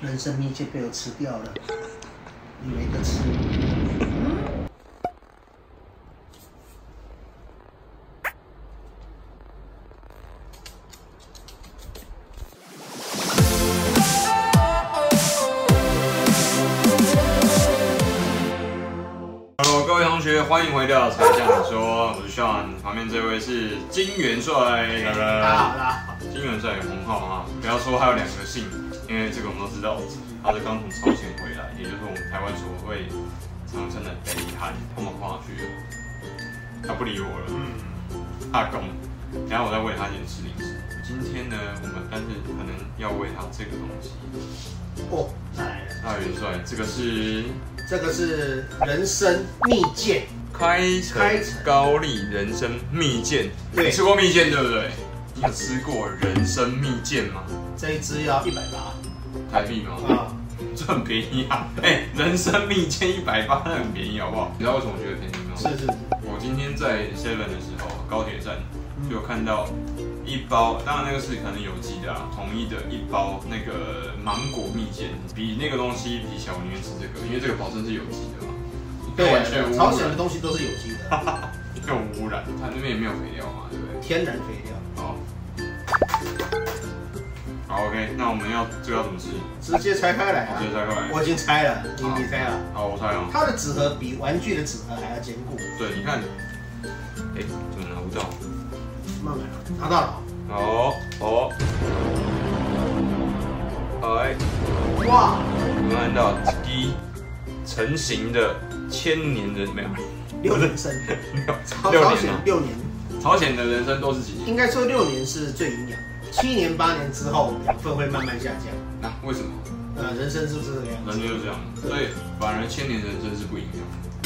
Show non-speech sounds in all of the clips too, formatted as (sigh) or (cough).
人参蜜就被我吃掉了，你没得吃。 Hello，各位同学，欢迎回到《才这样说》，我是 Sean，旁边这位是金元帅，好啦，金元帅有红号啊，不要说他有两个姓，因为这个我们都知道，他是刚从朝鲜回来，也就是我们台湾所谓常称的北韩，他们跨去了，他不理我了，阿公，然后我再喂他一点吃零食。今天呢，我们但是可能要喂他这个东西，哦，再来了，大元帅，这个是这个是人参蜜饯，开城高丽人参蜜饯，对你吃过蜜饯对不对？你有吃过人参蜜饯吗？这一支要一百八台币吗？啊，这很便宜啊！哎、人参蜜饯一百八，那很便宜好不好？你知道为什么我觉得便宜吗？是是是，我今天在 Seven 的时候，高铁站嗯就有看到一包，当然那个是可能有机的啊，统一的一包那个芒果蜜饯，比那个东西比起来，我宁愿吃这个，因为这个保证是有机的嘛，对完全无啊，朝污鲜染的，东西都是有机的，又无污染，它那边也没有肥料嘛，对不对？天然肥料，好，好，OK，那我们要这个要怎么吃？直接拆开来我啊直接。拆开来。啊我已经拆了，你你拆了。好，我拆哦。它的纸盒比玩具的纸盒还要坚固。对，你看，哎、怎么拿不到？慢慢拿，拿到了。好，好，哎，哇，我们看到滴成型的千年人没有？六年生， (laughs) 朝六朝六年鲜了。六年，朝鲜的人生都是几年？应该说六年是最营养的。七年八年之后，养分会慢慢下降。那、为什么？呃，人生是不是这个样人子？就是这样，所以反而千年人生是不一样。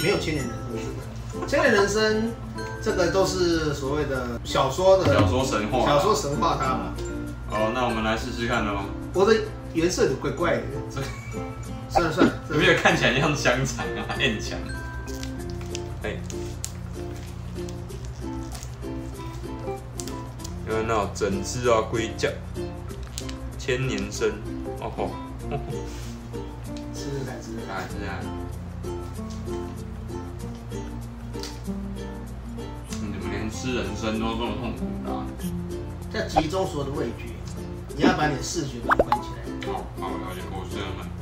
没有千年人生，千年人生这个都是所谓的小说啊嗯的小说神话。啊小说。神话它嘛。好，那我们来试试看哦喽。我的颜色有点怪怪 (laughs) 的，这算了算了，有没有看起来像香肠啊？燕肠。哎、有看到整只啊龟叫，千年参哦吼，吃吃看吃吃看。来这样。你怎么连吃人参都这么痛苦啦、要集中所有的味觉，你要把你的视觉给关起来。好好了解，我是们。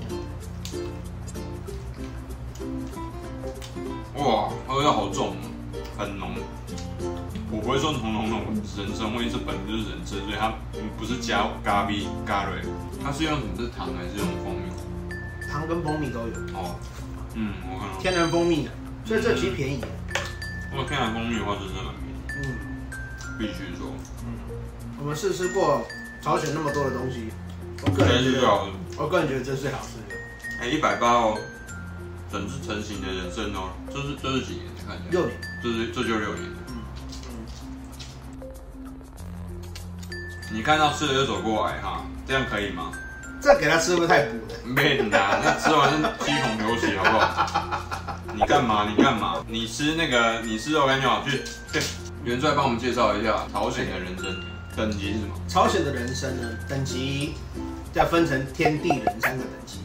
哇，它味道好重哦，很浓。我不会说浓浓浓，人参味这本来就是人参，所以它不是加咖喱咖喱，它是用什么？是糖还是用蜂蜜？糖跟蜂蜜都有，哦，嗯，我看到。天然蜂蜜的，啊所以这其实便宜。啊我天然蜂蜜的话，真的蛮便宜，嗯，必须说，我们试吃过朝鲜那么多的东西，我这个才人觉是最得，好的。我个人觉得这是最好吃的。哎，一百八哦，整只成型的人参哦，这是这是几年？看一下，六年，这是这就六年。嗯，你看到吃了就走过来哈，这样可以吗？这给他吃会不会太补了？没啦，那吃完是鸡同流血，好不好？ (laughs) 你干嘛？你干嘛？你吃那个，你吃肉干就好。去去，元帅帮我们介绍一下朝鲜的人参等级是什么？朝鲜的人参呢，等级要分成天地人三个等级，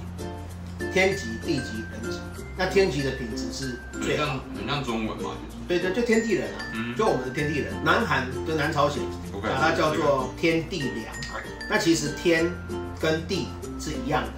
天级、地级、人级。那天级的品质是很最好像的，很像中文嘛，其对对，就天地人啊，嗯就我们的天地人。南韩跟南朝鲜实我感把觉它叫这个做天地良。哎那其实天跟地是一样的，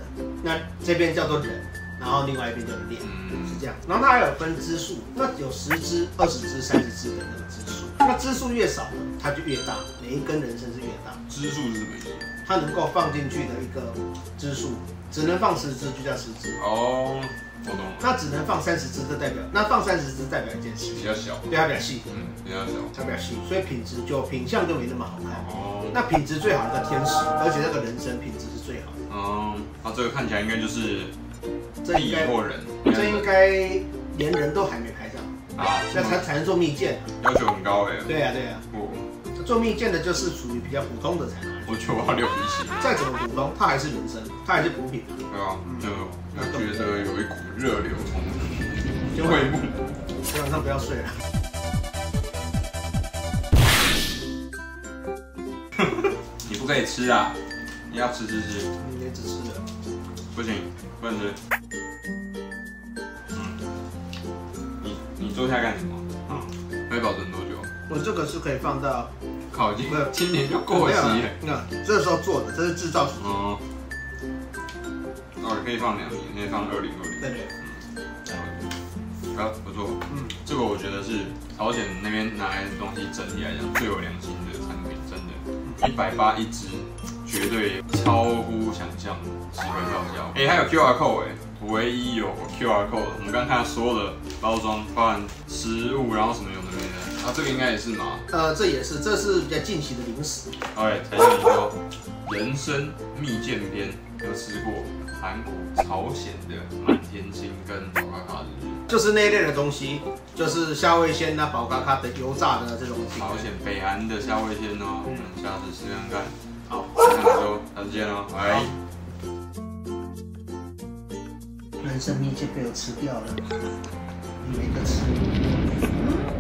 那这边叫做人，然后另外一边叫做量，是嗯这样。然后它还有分支数，那有十支、二十支、三十支的那个支数。那支数越少的，它就越大，每一根人参是越大，支数是什么意思？它能够放进去的一个支数，只能放十支就叫十支，哦，我懂了，那只能放三十支，这代表那放三十支代表一件事比情，较小，对它比较细，嗯，比较小。它比较细，所以品质就品相就没那么好看。哦，那品质最好的叫天使，而且那个人参品质是最好的，嗯，那这个看起来应该就是这应地该或人，这应该连人都还没拍上，啊，那才才能做蜜饯啊。要求很高哎。对啊，对啊，我做蜜饯的就是属于比较普通的才拿去，我觉得我要流鼻血。再怎么普通，它还是人参，它还是补品。对啊，就我觉得有一股热流从胃部。今晚上不要睡了。 (laughs) 你不可以吃啊！你要吃吃吃，你也只吃了，不行，不能吃。嗯，你你坐下干什么？嗯，会保存多久？我这个是可以放到靠，已经今年就过没期有了啊。那这时候做的，这是制造时间，哦，哦，可以放两年，可以放二零二零。对不对？啊，不错，嗯，这个我觉得是朝鲜那边拿来的东西整体来讲最有良心的产品，真的，一百八一支，绝对超乎想象，十分搞笑。哎、还有 QR code 哎、唯一有 QR code，我们刚才所有的包装，包含食物，然后什么有的没的，啊，这个应该也是嘛，呃，这也是，这是比较近期的零食，哎，才有说人生蜜饯篇，有吃过韩国、朝鲜的满天星跟宝咖咖的就是那一类的东西，就是夏威鲜啊、宝咖咖的油炸的这种东西。朝鲜、北韩的夏威鲜哦，我嗯们下次试看看。好，那就下次见喽，拜。人参蜜饯被我吃掉了，你没得吃。